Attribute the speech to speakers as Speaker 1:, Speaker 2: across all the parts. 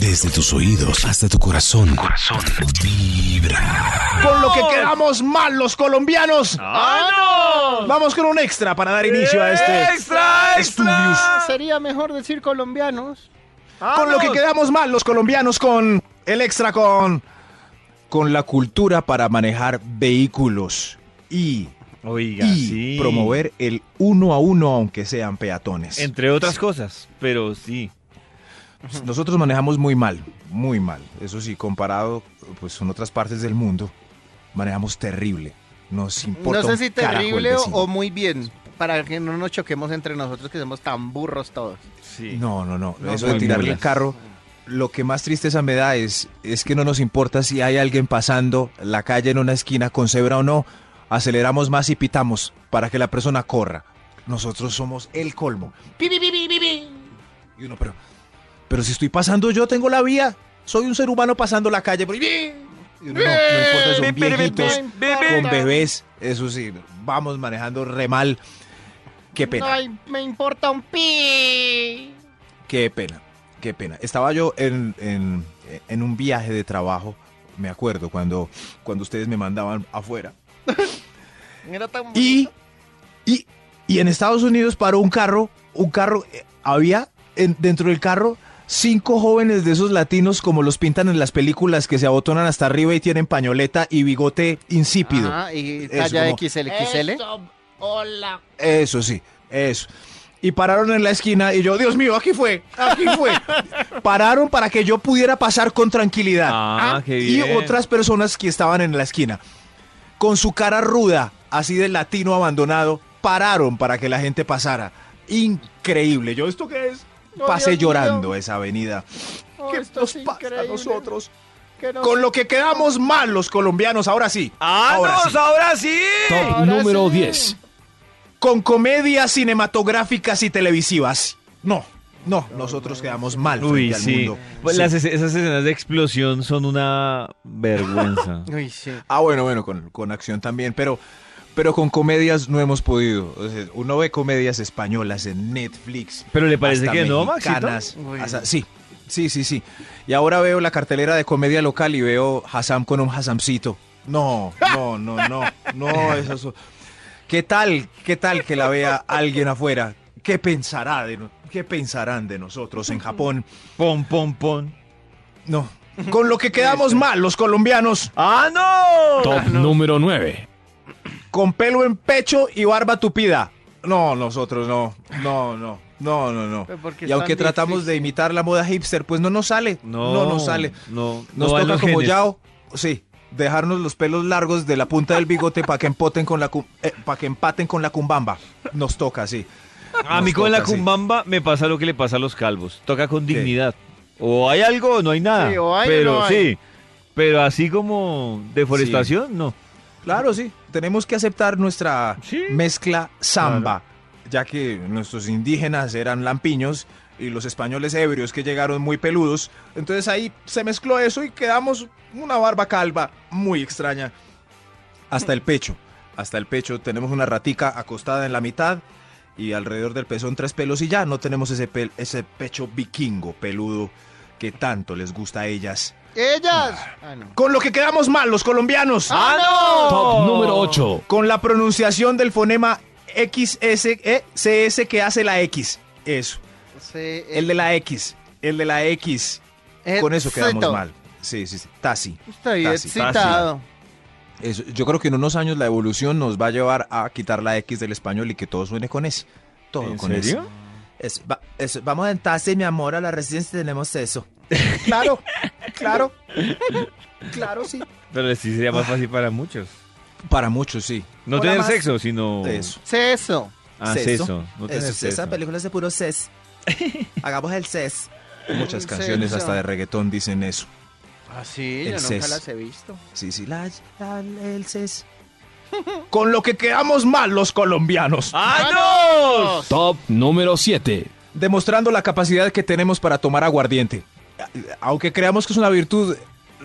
Speaker 1: Desde tus oídos hasta tu corazón. Corazón. Vibra.
Speaker 2: Con lo que quedamos mal los colombianos. Vamos con un extra para dar inicio a este
Speaker 3: ¡Extra,
Speaker 2: estudios.
Speaker 4: Sería mejor decir colombianos.
Speaker 2: Con lo que quedamos mal los colombianos con el extra con con la cultura para manejar vehículos y
Speaker 3: Oiga,
Speaker 2: y
Speaker 3: sí.
Speaker 2: promover el uno a uno aunque sean peatones.
Speaker 3: Entre otras cosas, pero sí.
Speaker 2: Nosotros manejamos muy mal, muy mal. Eso sí, comparado pues con otras partes del mundo, manejamos terrible. Nos importa
Speaker 4: No sé
Speaker 2: un
Speaker 4: si
Speaker 2: carajo el
Speaker 4: terrible o,
Speaker 2: vecino.
Speaker 4: o muy bien. Para que no nos choquemos entre nosotros que somos tan burros todos.
Speaker 3: sí.
Speaker 2: No, no, no.
Speaker 4: No,
Speaker 2: Eso
Speaker 3: muy
Speaker 2: de tirarle
Speaker 3: mulas.
Speaker 2: el carro. Lo que más tristeza me da es, es que no nos importa si hay alguien pasando la calle en una esquina con cebra o no. Aceleramos más y pitamos para que la persona corra. Nosotros somos el colmo.
Speaker 4: Pi, pi, pi, pi, pi, pi.
Speaker 2: Y uno, pero, pero si estoy pasando yo, tengo la vía. Soy un ser humano pasando la calle. pero- Y uno, no, no importa, son viejitos con bebés. Eso sí, vamos manejando re mal. Qué pena.
Speaker 4: Ay, me importa un pi.
Speaker 2: Qué pena, qué pena. Estaba yo en, en- en un viaje de trabajo, me acuerdo, cuando, cuando ustedes me mandaban afuera.
Speaker 4: Era tan
Speaker 2: Y, y, y en Estados Unidos paró un carro, un carro, eh, había en- dentro del carro cinco jóvenes de esos latinos como los pintan en las películas que se abotonan hasta arriba y tienen pañoleta y bigote insípido.
Speaker 4: Ajá, y
Speaker 2: Eso,
Speaker 4: talla
Speaker 2: como-
Speaker 4: XL, XL.
Speaker 5: hola.
Speaker 2: Eso sí, eso. Y pararon en la esquina y yo, Dios mío, aquí fue, aquí fue. pararon para que yo pudiera pasar con tranquilidad.
Speaker 3: Ah, qué
Speaker 2: y
Speaker 3: bien.
Speaker 2: otras personas que estaban en la esquina, con su cara ruda, así de latino abandonado, pararon para que la gente pasara. Increíble. Yo, ¿esto qué es?
Speaker 4: Oh,
Speaker 2: Pasé
Speaker 4: Dios mío.
Speaker 2: llorando esa avenida.
Speaker 4: Oh,
Speaker 2: ¿Qué
Speaker 4: esto
Speaker 2: nos
Speaker 4: es
Speaker 2: pasa a
Speaker 4: increíble.
Speaker 2: nosotros?
Speaker 4: Que no
Speaker 2: Con
Speaker 4: sé-
Speaker 2: lo que quedamos mal los colombianos, ahora sí.
Speaker 3: ¡Ah,
Speaker 2: ahora sí.
Speaker 3: no, ahora sí!
Speaker 1: Top
Speaker 4: Ahora
Speaker 1: número
Speaker 4: sí.
Speaker 1: 10.
Speaker 2: con comedias cinematográficas y televisivas. No, no, nosotros quedamos mal
Speaker 3: Uy,
Speaker 2: frente al
Speaker 3: sí.
Speaker 2: mundo.
Speaker 3: Pues
Speaker 2: Sí.
Speaker 3: las es- esas escenas de explosión son una vergüenza.
Speaker 4: Uy, sí.
Speaker 2: Ah, bueno, bueno, con, con acción también, pero, pero con comedias no hemos podido. O sea, uno ve comedias españolas en Netflix.
Speaker 3: Pero le parece
Speaker 2: hasta
Speaker 3: que no, Maxito.
Speaker 2: mexicanas,
Speaker 4: Uy.
Speaker 2: hasta- sí, sí, sí, sí. Y ahora veo la cartelera de comedia local y veo Hassan con un Hassamcito. No, no, no, no, no, eso es- ¿Qué tal, qué tal que la vea alguien afuera? ¿Qué pensará de no- qué pensarán de nosotros en Japón?
Speaker 3: Pon, pon, pon.
Speaker 2: No. Con lo que quedamos mal los colombianos,
Speaker 3: ¡Ah, no!
Speaker 1: Top número 9.
Speaker 2: con pelo en pecho y barba tupida. No, nosotros no. No, no. No, no, no.
Speaker 4: Pero porque
Speaker 2: Y aunque
Speaker 4: es tan
Speaker 2: tratamos de
Speaker 4: difícil.
Speaker 2: imitar la moda hipster, pues no nos sale. No, no nos sale.
Speaker 3: No,
Speaker 2: Nos
Speaker 3: no van
Speaker 2: toca
Speaker 3: los
Speaker 2: como
Speaker 3: genes.
Speaker 2: Yao, sí, dejarnos los pelos largos de la punta del bigote para que empoten con la para que empaten con la cumbamba. Nos toca, sí.
Speaker 3: A
Speaker 2: Nos
Speaker 3: mí con la
Speaker 2: toca, sí.
Speaker 3: cumbamba me pasa lo que le pasa a los calvos. Toca con dignidad. O hay algo o no hay nada.
Speaker 4: Sí, o hay o
Speaker 3: pero
Speaker 4: no hay.
Speaker 3: sí. Pero así como deforestación, no.
Speaker 2: Claro, sí. Tenemos que aceptar nuestra
Speaker 3: Sí.
Speaker 2: mezcla samba, ya que nuestros indígenas eran lampiños y los españoles ebrios que llegaron muy peludos. Entonces ahí se mezcló eso y quedamos una barba calva muy extraña. Hasta el pecho. Hasta el pecho tenemos una ratica acostada en la mitad y alrededor del pezón tres pelos y ya no tenemos ese, pel- ese pecho vikingo peludo que tanto les gusta a ellas.
Speaker 4: ¡Ellas! Ah, no.
Speaker 2: Con lo que quedamos mal los colombianos.
Speaker 4: ¡Ah,
Speaker 3: ¡Oh!
Speaker 1: Top número 8.
Speaker 2: con la pronunciación del fonema XSCS que hace la X. Eso,
Speaker 4: no! Sí,
Speaker 2: el de la X, el de la X.
Speaker 4: eh,
Speaker 2: Con eso quedamos
Speaker 4: éxito.
Speaker 2: mal. Sí, sí, sí. Taxi.
Speaker 4: Estoy
Speaker 2: Taxi,
Speaker 4: excitado.
Speaker 2: Eso, yo creo que en unos años la evolución nos va a llevar a quitar la X del español y que todo suene con S. Todo
Speaker 3: ¿En
Speaker 2: con
Speaker 3: serio?
Speaker 2: S. Es- va- eso, vamos en taxi, mi amor, a la residencia tenemos eso. claro, claro. Claro, sí.
Speaker 3: Pero sí sería
Speaker 4: Ah.
Speaker 3: más fácil para muchos.
Speaker 2: Para muchos, sí.
Speaker 3: No
Speaker 2: Hola,
Speaker 3: tener
Speaker 2: Max.
Speaker 3: sexo, sino.
Speaker 2: Eso.
Speaker 4: Sexo.
Speaker 3: Ah,
Speaker 2: Sexo.
Speaker 3: sexo. No tener
Speaker 2: Oh. Eso,
Speaker 3: sexo.
Speaker 2: esa película es de puro ses. Hagamos el ses. Muchas
Speaker 4: El
Speaker 2: canciones
Speaker 4: sexo.
Speaker 2: hasta de reggaetón dicen eso.
Speaker 4: Ah, sí,
Speaker 2: El
Speaker 4: yo nunca
Speaker 2: sexo.
Speaker 4: las he visto.
Speaker 2: Sí, sí, la, la- el ses. Con lo que quedamos mal los colombianos.
Speaker 3: ¡Ah, no!
Speaker 1: Top número 7.
Speaker 2: Demostrando la capacidad que tenemos para tomar aguardiente. Aunque creamos que es una virtud,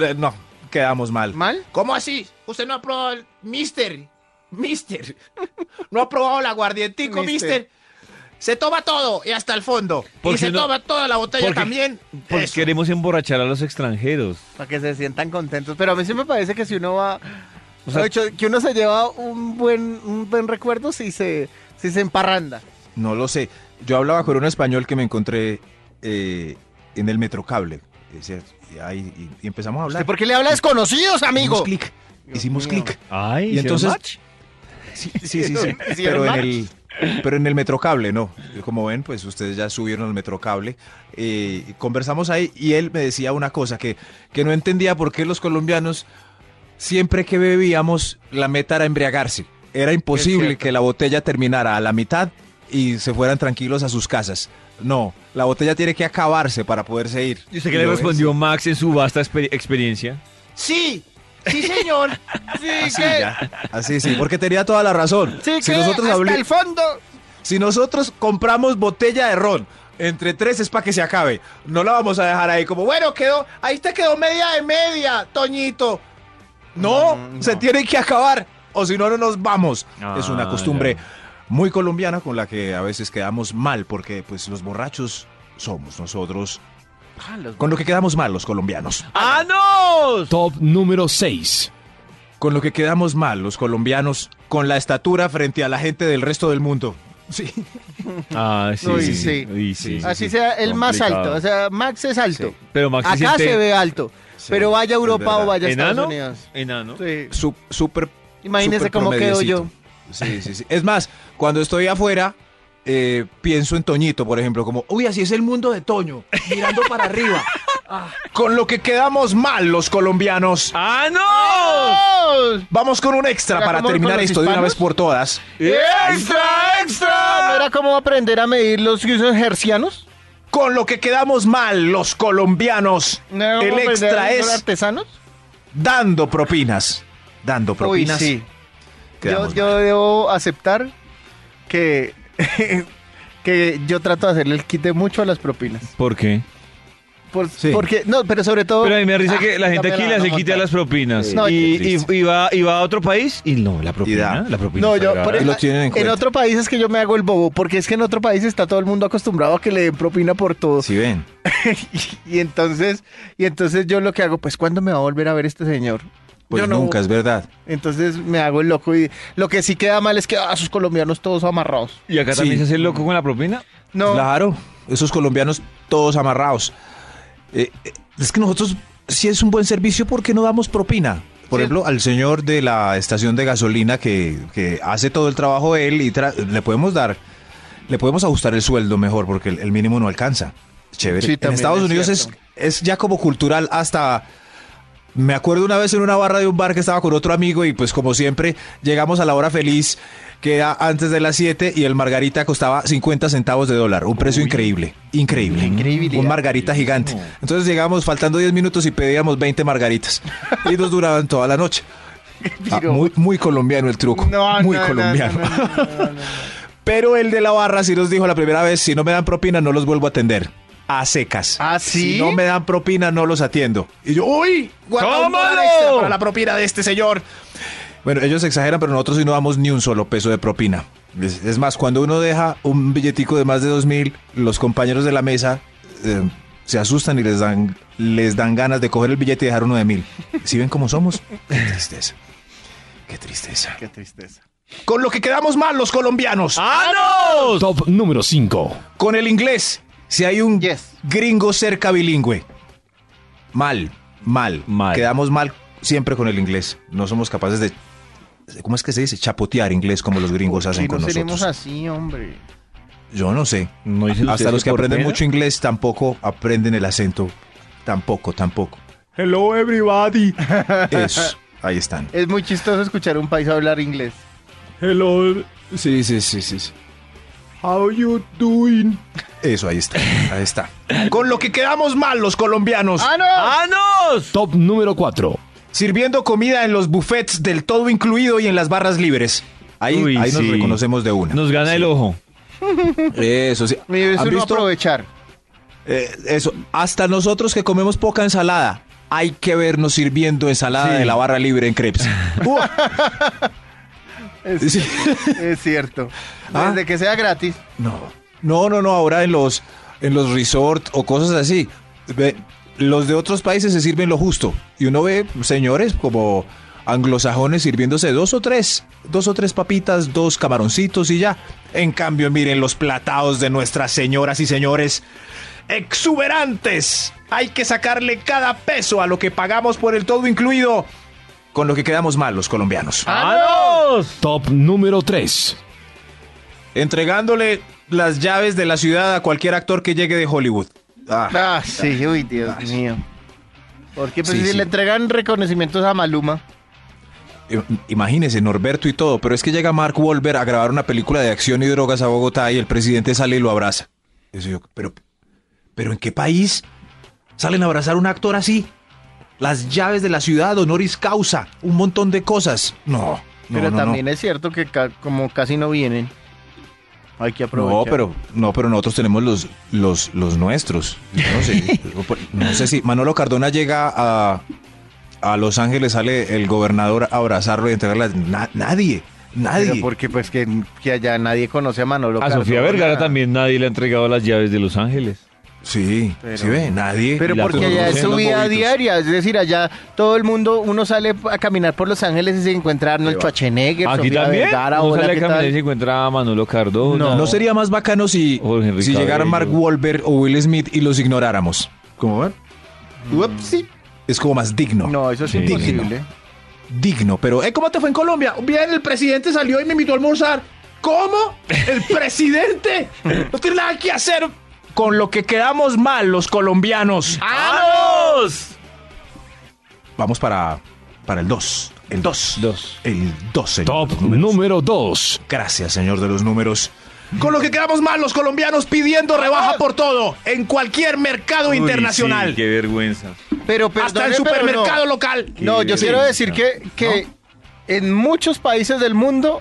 Speaker 2: eh, no, quedamos mal.
Speaker 4: ¿Mal?
Speaker 5: ¿Cómo así? Usted no ha probado el Mister. Mister. No ha probado el aguardientico,
Speaker 4: Mister.
Speaker 5: Mister.
Speaker 2: se toma todo y hasta el fondo.
Speaker 3: Porque
Speaker 2: y se
Speaker 3: uno-
Speaker 2: toma toda la botella
Speaker 3: porque-
Speaker 2: también.
Speaker 3: Porque
Speaker 2: Eso.
Speaker 3: queremos emborrachar a los extranjeros.
Speaker 4: Para que se sientan contentos. Pero a mí sí me parece que si uno va.
Speaker 3: O sea-
Speaker 4: de hecho, que uno se lleva un buen, un buen recuerdo si se, si se emparranda.
Speaker 2: No lo sé. Yo hablaba con un español que me encontré eh, en el Metrocable. Decía, y, ahí- y- y empezamos a hablar.
Speaker 4: ¿Por qué le habla a desconocidos, amigo?
Speaker 2: Hicimos clic.
Speaker 4: Dios
Speaker 2: Hicimos
Speaker 4: mío.
Speaker 2: clic.
Speaker 3: Ay,
Speaker 2: Y entonces.
Speaker 3: match?
Speaker 2: Sí, sí, sí. sí.
Speaker 4: ¿Hicieron- hicieron
Speaker 2: Pero, en el, pero en el Metrocable, no. Como ven, pues ustedes ya subieron al Metrocable. eh, y conversamos ahí y él me decía una cosa que, que no entendía por qué los colombianos, siempre que bebíamos, la meta era embriagarse. Era imposible
Speaker 4: cierto.
Speaker 2: que la botella terminara a la mitad y se fueran tranquilos a sus casas. No, la botella tiene que acabarse para poderse ir.
Speaker 3: ¿Y usted qué le
Speaker 2: Yo,
Speaker 3: respondió Max en su vasta exper- experiencia?
Speaker 5: Sí, sí, señor.
Speaker 4: Sí,
Speaker 2: Así,
Speaker 4: que-
Speaker 2: ya. Así, sí, porque tenía toda la razón.
Speaker 4: sí,
Speaker 2: si
Speaker 4: que
Speaker 2: nosotros
Speaker 4: hasta
Speaker 2: habli-
Speaker 4: el fondo.
Speaker 2: Si nosotros compramos botella de ron entre tres es para que se acabe. No la vamos a dejar ahí como, bueno, quedó, ahí te quedó media de media, Toñito. No,
Speaker 4: No, no.
Speaker 2: se tiene que acabar, o si no, no nos vamos.
Speaker 3: Ah,
Speaker 2: es una costumbre muy colombiana con la que a veces quedamos mal, porque pues los borrachos somos nosotros, con lo que quedamos mal los colombianos.
Speaker 3: ¡Ah, no!
Speaker 1: Top número 6.
Speaker 2: Con lo que quedamos mal los colombianos, con la estatura frente a la gente del resto del mundo. Sí.
Speaker 3: Ah, sí,
Speaker 4: Uy, sí.
Speaker 3: Uy, sí.
Speaker 4: Así sea el más
Speaker 3: Complicado.
Speaker 4: alto. O sea, Max es alto.
Speaker 3: Pero Max
Speaker 4: Acá
Speaker 3: se
Speaker 4: se
Speaker 3: siente
Speaker 4: ve alto.
Speaker 2: Sí,
Speaker 4: pero vaya a
Speaker 2: es
Speaker 4: Europa o
Speaker 2: verdad.
Speaker 4: vaya a Estados
Speaker 3: ¿Enano?
Speaker 4: Unidos.
Speaker 3: enano.
Speaker 4: Sí.
Speaker 2: Su- súper
Speaker 4: Imagínese
Speaker 2: Súper
Speaker 4: cómo quedo yo.
Speaker 2: Sí, sí, sí. Es más, cuando estoy afuera, eh, pienso en Toñito, por ejemplo, como, uy, así es el mundo de Toño, mirando para arriba. Ah, Con lo que quedamos mal los colombianos.
Speaker 3: ¡Ah, no!
Speaker 2: Vamos con un extra
Speaker 4: ¿Era
Speaker 2: para
Speaker 4: como
Speaker 2: terminar
Speaker 4: con los
Speaker 2: esto de una
Speaker 4: hispanos?
Speaker 2: vez por todas.
Speaker 4: ¡Ah!
Speaker 3: ¡Extra, extra!
Speaker 4: ¿No era como aprender a medir los hercianos?
Speaker 2: Con lo que quedamos mal los colombianos.
Speaker 4: ¿No era como
Speaker 2: el
Speaker 4: aprender a
Speaker 2: extra
Speaker 4: medir
Speaker 2: es
Speaker 4: los artesanos?
Speaker 2: dando propinas. Dando propinas.
Speaker 4: Uy, sí. Yo,
Speaker 2: quedamos
Speaker 4: yo
Speaker 2: mal.
Speaker 4: debo aceptar que, que yo trato de hacerle el quite mucho a las propinas.
Speaker 3: ¿Por qué?
Speaker 4: Por-
Speaker 2: Sí.
Speaker 4: Porque, no, pero sobre todo.
Speaker 3: Pero a mí me da risa
Speaker 4: Ah,
Speaker 3: que la gente
Speaker 4: ya me
Speaker 3: aquí
Speaker 4: la
Speaker 3: le
Speaker 4: van
Speaker 3: hace
Speaker 4: a
Speaker 3: quite a
Speaker 4: montar.
Speaker 3: las propinas.
Speaker 4: No,
Speaker 3: y, y,
Speaker 2: triste.
Speaker 3: y va, y va a otro país y no, la propina.
Speaker 2: da.
Speaker 3: La propina.
Speaker 4: No,
Speaker 3: está
Speaker 4: yo,
Speaker 3: cara.
Speaker 4: por-
Speaker 2: Y lo tienen en
Speaker 4: en
Speaker 2: cuenta.
Speaker 4: otro país es que yo me hago el bobo, porque es que en otro país está todo el mundo acostumbrado a que le den propina por todo.
Speaker 2: Si ven.
Speaker 4: Y entonces, y entonces yo lo que hago, pues, ¿cuándo me va a volver a ver este señor?
Speaker 2: Pues
Speaker 4: Yo no-
Speaker 2: nunca, es verdad.
Speaker 4: Entonces me hago el loco y lo que sí queda mal es que a sus colombianos todos amarrados.
Speaker 3: ¿Y acá
Speaker 2: Sí.
Speaker 3: también se hace el loco con la propina?
Speaker 4: No,
Speaker 2: Claro, esos colombianos todos amarrados. Eh, eh, es que nosotros, si es un buen servicio, ¿por qué no damos propina? Por
Speaker 4: Sí.
Speaker 2: ejemplo, al señor de la estación de gasolina que, que hace todo el trabajo él y tra- le podemos dar, le podemos ajustar el sueldo mejor porque el, el mínimo no alcanza. Chévere.
Speaker 4: Sí,
Speaker 2: en
Speaker 4: también
Speaker 2: Estados
Speaker 4: es
Speaker 2: Unidos es,
Speaker 4: cierto.
Speaker 2: es ya como cultural hasta... Me acuerdo una vez en una barra de un bar que estaba con otro amigo y pues como siempre llegamos a la hora feliz que era antes de las 7 y el margarita costaba 50 centavos de dólar, un precio increíble, increíble.
Speaker 4: increíbilidad.
Speaker 2: Un margarita gigante. Entonces llegamos faltando 10 minutos y pedíamos 20 margaritas y nos duraban toda la noche. Ah,
Speaker 4: Digo,
Speaker 2: muy, muy colombiano el truco,
Speaker 4: no,
Speaker 2: muy
Speaker 4: no, no,
Speaker 2: colombiano.
Speaker 4: no, no, no, no, no.
Speaker 2: Pero el de la barra sí nos dijo la primera vez, si no me dan propina no los vuelvo a atender. A secas.
Speaker 4: ¿Ah, sí?
Speaker 2: Si no me dan propina no los atiendo. Y yo, uy, guarda un dólar
Speaker 3: ¡Tómalo!
Speaker 2: extra para la propina de este señor. Bueno, ellos exageran, pero nosotros sí no damos ni un solo peso de propina. Es, es más, cuando uno deja un billetico de más de dos mil, los compañeros de la mesa eh, se asustan y les dan, les dan ganas de coger el billete y dejar uno de mil. ¿Sí ven cómo somos? Qué tristeza. Qué tristeza.
Speaker 4: Qué tristeza.
Speaker 2: Con lo que quedamos mal los colombianos
Speaker 3: ¡Ah, no!
Speaker 1: Top número 5.
Speaker 2: con el inglés. Si hay un
Speaker 4: Yes.
Speaker 2: gringo cerca bilingüe. Mal, mal,
Speaker 3: Mal.
Speaker 2: Quedamos mal siempre con el inglés. No somos capaces de... ¿Cómo es que se dice? Chapotear inglés como los gringos
Speaker 4: ¿Por
Speaker 2: hacen
Speaker 4: qué
Speaker 2: con
Speaker 4: no seremos
Speaker 2: nosotros.
Speaker 4: así, hombre.
Speaker 2: Yo no sé.
Speaker 3: ¿No dicen
Speaker 2: Hasta
Speaker 3: ustedes
Speaker 2: los que
Speaker 3: por
Speaker 2: aprenden
Speaker 3: pena?
Speaker 2: mucho inglés tampoco aprenden el acento. Tampoco, tampoco. Hello everybody. Eso. Ahí están.
Speaker 4: Es muy chistoso escuchar a un país hablar inglés.
Speaker 2: Hello. Sí, sí, sí, sí. sí. How you doing? Eso, ahí está. Ahí está. Con lo que quedamos mal los colombianos.
Speaker 4: ¡Ah, no!
Speaker 3: ¡Ah, no!
Speaker 1: Top número 4.
Speaker 2: sirviendo comida en los buffets del todo incluido y en las barras libres. Ahí,
Speaker 3: Uy,
Speaker 2: ahí nos
Speaker 3: sí.
Speaker 2: reconocemos de una.
Speaker 3: Nos gana el ojo.
Speaker 2: Eso sí.
Speaker 4: Me debes
Speaker 2: ¿Han
Speaker 4: uno
Speaker 2: visto?
Speaker 4: aprovechar.
Speaker 2: Eh, eso. Hasta nosotros que comemos poca ensalada, hay que vernos sirviendo ensalada
Speaker 3: Sí.
Speaker 2: de la barra libre en crepes. Uh,
Speaker 4: Es,
Speaker 2: sí.
Speaker 4: es cierto.
Speaker 2: Ah.
Speaker 4: Desde que sea gratis.
Speaker 2: No. No, no, no, ahora en los, en los resorts o cosas así. ve, los de otros países se sirven lo justo. Y uno ve señores como anglosajones sirviéndose dos o tres, dos o tres papitas, dos camaroncitos y ya. En cambio, miren los platados de nuestras señoras y señores. ¡Exuberantes! Hay que sacarle cada peso a lo que pagamos por el todo incluido. Con lo que quedamos mal los colombianos.
Speaker 4: ¡Ah,
Speaker 3: ¡Vamos!
Speaker 1: Top número 3.
Speaker 2: Entregándole las llaves de la ciudad a cualquier actor que llegue de Hollywood. Ah.
Speaker 4: Ah, sí, uy, Dios
Speaker 2: Ah, sí.
Speaker 4: mío. Porque pues,
Speaker 2: Sí,
Speaker 4: si
Speaker 2: sí.
Speaker 4: le entregan reconocimientos a Maluma,
Speaker 2: Eh, Imagínese, Norberto y todo, pero es que llega Mark Wahlberg a grabar una película de acción y drogas a Bogotá y el presidente sale y lo abraza. Eso yo, pero, pero ¿en qué país salen a abrazar a un actor así? Las llaves de la ciudad, honoris causa, un montón de cosas. No, no,
Speaker 4: pero
Speaker 2: no, no.
Speaker 4: también es cierto que ca- como casi no vienen, hay que aprovechar.
Speaker 2: No, pero, no, pero nosotros tenemos los, los, los nuestros. Yo No sé, no sé si Manolo Cardona llega a, a Los Ángeles, sale el gobernador a abrazarlo y entregarle las- na- nadie, nadie.
Speaker 4: Pero porque pues que, que allá nadie conoce a Manolo
Speaker 3: A Sofía
Speaker 4: Cardona.
Speaker 3: Vergara también nadie le ha entregado las llaves de Los Ángeles.
Speaker 2: Sí,
Speaker 4: Pero-
Speaker 2: sí ve, nadie.
Speaker 4: Pero
Speaker 3: Y la
Speaker 4: porque
Speaker 3: producen
Speaker 4: allá es su
Speaker 3: los
Speaker 4: vida
Speaker 3: bobitos.
Speaker 4: diaria, es decir, allá todo el mundo, uno sale a caminar por Los Ángeles y se encuentra Arnold Schwarzenegger,
Speaker 3: Aquí
Speaker 4: Sofía
Speaker 3: también.
Speaker 4: Vergara,
Speaker 3: no
Speaker 4: hola,
Speaker 3: sale a
Speaker 4: ¿qué
Speaker 3: caminar
Speaker 4: tal?
Speaker 3: y se encuentra a Manolo Cardona.
Speaker 2: ¿No sería más bacano si,
Speaker 3: Jorge Enrique
Speaker 2: si llegara
Speaker 3: Abello.
Speaker 2: Mark Wahlberg o Will Smith y los ignoráramos? ¿Cómo ven?
Speaker 4: Upsi.
Speaker 2: Es como más digno.
Speaker 4: No, eso es
Speaker 3: Sí.
Speaker 4: imposible.
Speaker 2: Digno, pero ¿eh, ¿cómo te fue en Colombia? Bien, el presidente salió y me invitó a almorzar. ¿Cómo? ¿El presidente? No tiene nada que hacer con lo que quedamos mal los colombianos.
Speaker 3: ¡Vamos!
Speaker 2: Vamos para, para el 2. El 2.
Speaker 3: Dos.
Speaker 2: El 12.
Speaker 1: Top número 2.
Speaker 2: Gracias, señor de los números. Con lo que quedamos mal los colombianos pidiendo rebaja por todo, en cualquier mercado
Speaker 3: Uy,
Speaker 2: internacional,
Speaker 3: sí, qué vergüenza.
Speaker 4: Pero, pero
Speaker 2: hasta el supermercado local.
Speaker 4: No, yo
Speaker 3: Sí,
Speaker 4: quiero
Speaker 3: sí,
Speaker 4: decir
Speaker 3: no.
Speaker 4: que, que en muchos países del mundo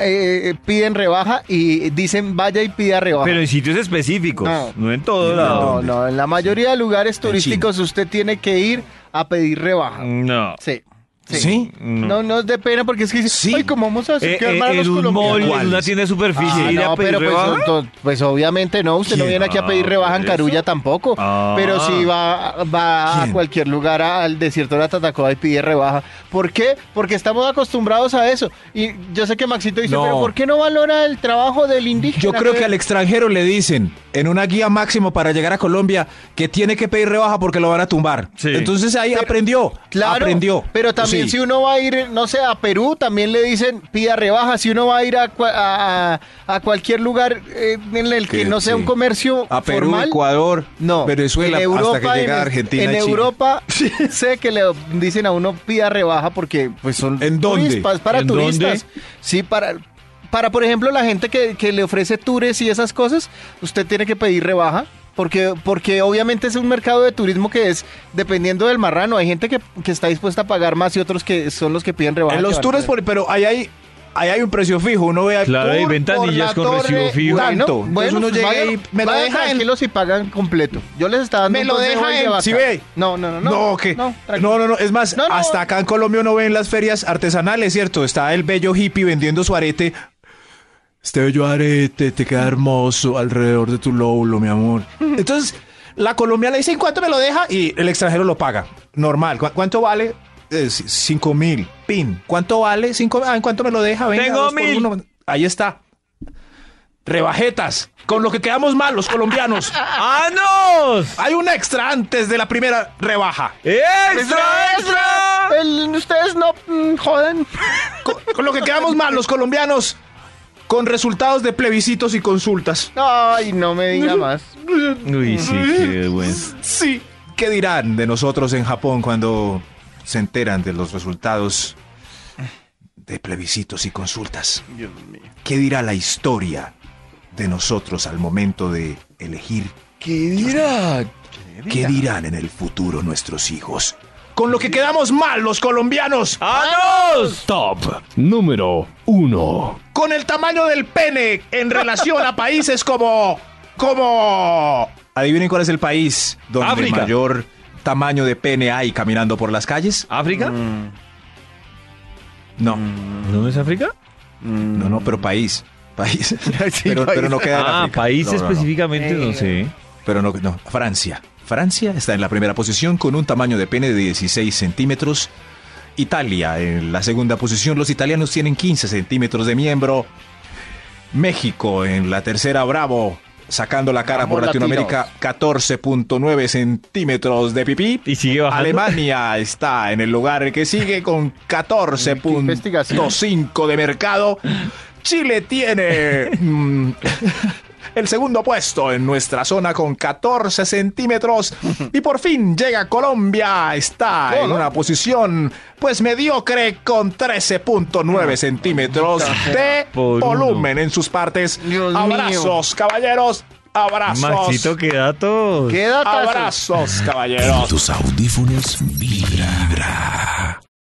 Speaker 4: eh, piden rebaja y dicen vaya y pida rebaja.
Speaker 3: Pero en sitios específicos,
Speaker 4: Ah. No.
Speaker 3: no, en todo
Speaker 4: no,
Speaker 3: lado.
Speaker 4: no, en la mayoría de lugares turísticos usted tiene que ir a pedir rebaja.
Speaker 3: No.
Speaker 4: Sí.
Speaker 2: ¿Sí?
Speaker 4: No, no es de pena porque es que
Speaker 2: Sí.
Speaker 4: ay, ¿cómo vamos
Speaker 2: Pues
Speaker 4: a hacer
Speaker 3: Eh,
Speaker 4: que
Speaker 3: eh,
Speaker 4: armar a los
Speaker 3: en un mall,
Speaker 4: colombianos?
Speaker 3: en una tienda de superficie,
Speaker 4: Ah,
Speaker 3: ir
Speaker 4: no,
Speaker 3: a pedir
Speaker 4: pero pues,
Speaker 3: rebaja.
Speaker 4: to- pues obviamente no, usted no
Speaker 2: ¿Quién?
Speaker 4: viene aquí a pedir
Speaker 3: Ah,
Speaker 4: rebaja en
Speaker 3: ¿eso?
Speaker 4: Carulla tampoco,
Speaker 3: Ah.
Speaker 4: pero si va, va a
Speaker 2: ¿Quién?
Speaker 4: cualquier lugar a- al desierto de la Tatacoa y pide rebaja. ¿Por qué? Porque estamos acostumbrados a eso. Y yo sé que Maxito dice,
Speaker 2: No.
Speaker 4: pero ¿por qué no valora el trabajo del indígena?
Speaker 2: Yo creo que al extranjero le dicen en una guía máximo para llegar a Colombia que tiene que pedir rebaja porque lo van a tumbar.
Speaker 3: Sí.
Speaker 2: Entonces ahí aprendió,
Speaker 4: Claro,
Speaker 2: aprendió.
Speaker 4: pero también
Speaker 2: Sí.
Speaker 4: si uno va a ir, no sé, a Perú, también le dicen pida rebaja. Si uno va a ir a, cua- a- a cualquier lugar eh, en el que
Speaker 2: Que-
Speaker 4: no sea
Speaker 2: sí.
Speaker 4: un comercio
Speaker 2: a Perú,
Speaker 4: formal,
Speaker 2: Ecuador,
Speaker 4: No.
Speaker 2: Venezuela,
Speaker 4: En Europa,
Speaker 2: hasta que llega
Speaker 4: en-
Speaker 2: a Argentina.
Speaker 4: En
Speaker 2: y Chile.
Speaker 4: Europa sé que le dicen a uno pida rebaja porque pues son
Speaker 2: ¿En dónde?
Speaker 4: turistas, para
Speaker 3: ¿En
Speaker 4: turistas. Sí, para para por ejemplo la gente que, que le ofrece tours y esas cosas, usted tiene que pedir rebaja. Porque, porque obviamente es un mercado de turismo que es dependiendo del marrano. Hay gente que, que está dispuesta a pagar más y otros que son los que piden rebaja.
Speaker 2: En los
Speaker 4: que van a
Speaker 2: tours,
Speaker 4: tener.
Speaker 2: por- pero ahí hay, ahí hay un precio fijo. Uno ve al
Speaker 3: Claro, hay
Speaker 2: tour
Speaker 3: ventanillas
Speaker 2: por
Speaker 3: con
Speaker 2: la
Speaker 3: recibo
Speaker 2: torre,
Speaker 3: fijo.
Speaker 2: Tanto. Entonces uno
Speaker 4: pues
Speaker 2: llega
Speaker 4: vayan-
Speaker 2: y me lo
Speaker 4: vayan
Speaker 2: deja en-
Speaker 4: tranquilos y pagan completo. Yo les estaba dando
Speaker 2: Me
Speaker 4: un
Speaker 2: lo
Speaker 4: consejo
Speaker 2: deja
Speaker 4: ahí de
Speaker 2: en-
Speaker 4: vaca.
Speaker 2: ¿sí ve?
Speaker 4: No, no, no, no.
Speaker 2: No, que no,
Speaker 4: tranquilo.
Speaker 2: no, no, Es más,
Speaker 4: No, no.
Speaker 2: hasta acá en Colombia uno ve en las ferias artesanales, ¿cierto? Está el bello hippie vendiendo su arete. Este bello arete te queda hermoso alrededor de tu lóbulo, mi amor. Entonces, la Colombia le dice, "¿En ¿cuánto me lo deja? Y el extranjero lo paga. Normal. ¿Cu- ¿Cuánto vale? Eh, c- cinco mil. Pin. ¿Cuánto vale? Cinco, ah, ¿En cuánto me lo deja? Venga,
Speaker 3: Tengo
Speaker 2: dos por
Speaker 3: mil.
Speaker 2: uno. Ahí está. Rebajetas. Con lo que quedamos mal los colombianos.
Speaker 3: ¡Ah, ¡Anos!
Speaker 2: Hay un extra antes de la primera rebaja.
Speaker 3: ¡Extra, extra!
Speaker 4: El- ustedes no mm, joden.
Speaker 2: con, con lo que quedamos mal los colombianos con resultados de plebiscitos y consultas.
Speaker 4: Ay, no me diga más.
Speaker 3: Uy, sí, qué vergüenza.
Speaker 2: Sí. ¿Qué dirán de nosotros en Japón cuando se enteran de los resultados de plebiscitos y consultas? ¿Qué dirá la historia de nosotros al momento de elegir?
Speaker 3: ¿Qué dirá?
Speaker 2: ¿Qué dirán en el futuro nuestros hijos? Con lo que quedamos mal los
Speaker 3: ¡Ah,
Speaker 2: colombianos.
Speaker 3: ¡Anos!
Speaker 1: Top número 1.
Speaker 2: con el tamaño del pene en relación a países como. como. Adivinen cuál es el país donde
Speaker 3: África.
Speaker 2: mayor tamaño de pene hay caminando por las calles.
Speaker 3: ¿África?
Speaker 2: No,
Speaker 3: ¿No es África?
Speaker 2: no, no, pero país. países. pero, pero no queda en
Speaker 3: Ah,
Speaker 2: África.
Speaker 3: país
Speaker 2: No, no, Eh. no.
Speaker 3: específicamente, no, sé.
Speaker 2: Pero no, no, Francia. Francia está en la primera posición con un tamaño de pene de 16 centímetros. Italia en la segunda posición. Los italianos tienen 15 centímetros de miembro. México en la tercera, bravo. Sacando la cara
Speaker 5: Vamos,
Speaker 2: por Latinoamérica, 14.9 centímetros de pipí.
Speaker 3: Y sigue bajando.
Speaker 2: Alemania está en el lugar que sigue con
Speaker 4: investigación.
Speaker 2: 14.5 de mercado. Chile tiene mm, el segundo puesto en nuestra zona con 14 centímetros. Y por fin llega Colombia. Está en una posición pues mediocre con 13.9 centímetros de
Speaker 3: Por uno.
Speaker 2: volumen en sus partes.
Speaker 4: Dios mío.
Speaker 2: abrazos, caballeros. Abrazos.
Speaker 3: Maxito, qué datos.
Speaker 4: ¿Qué datos?
Speaker 2: abrazos, caballeros.
Speaker 1: En tus audífonos vibra.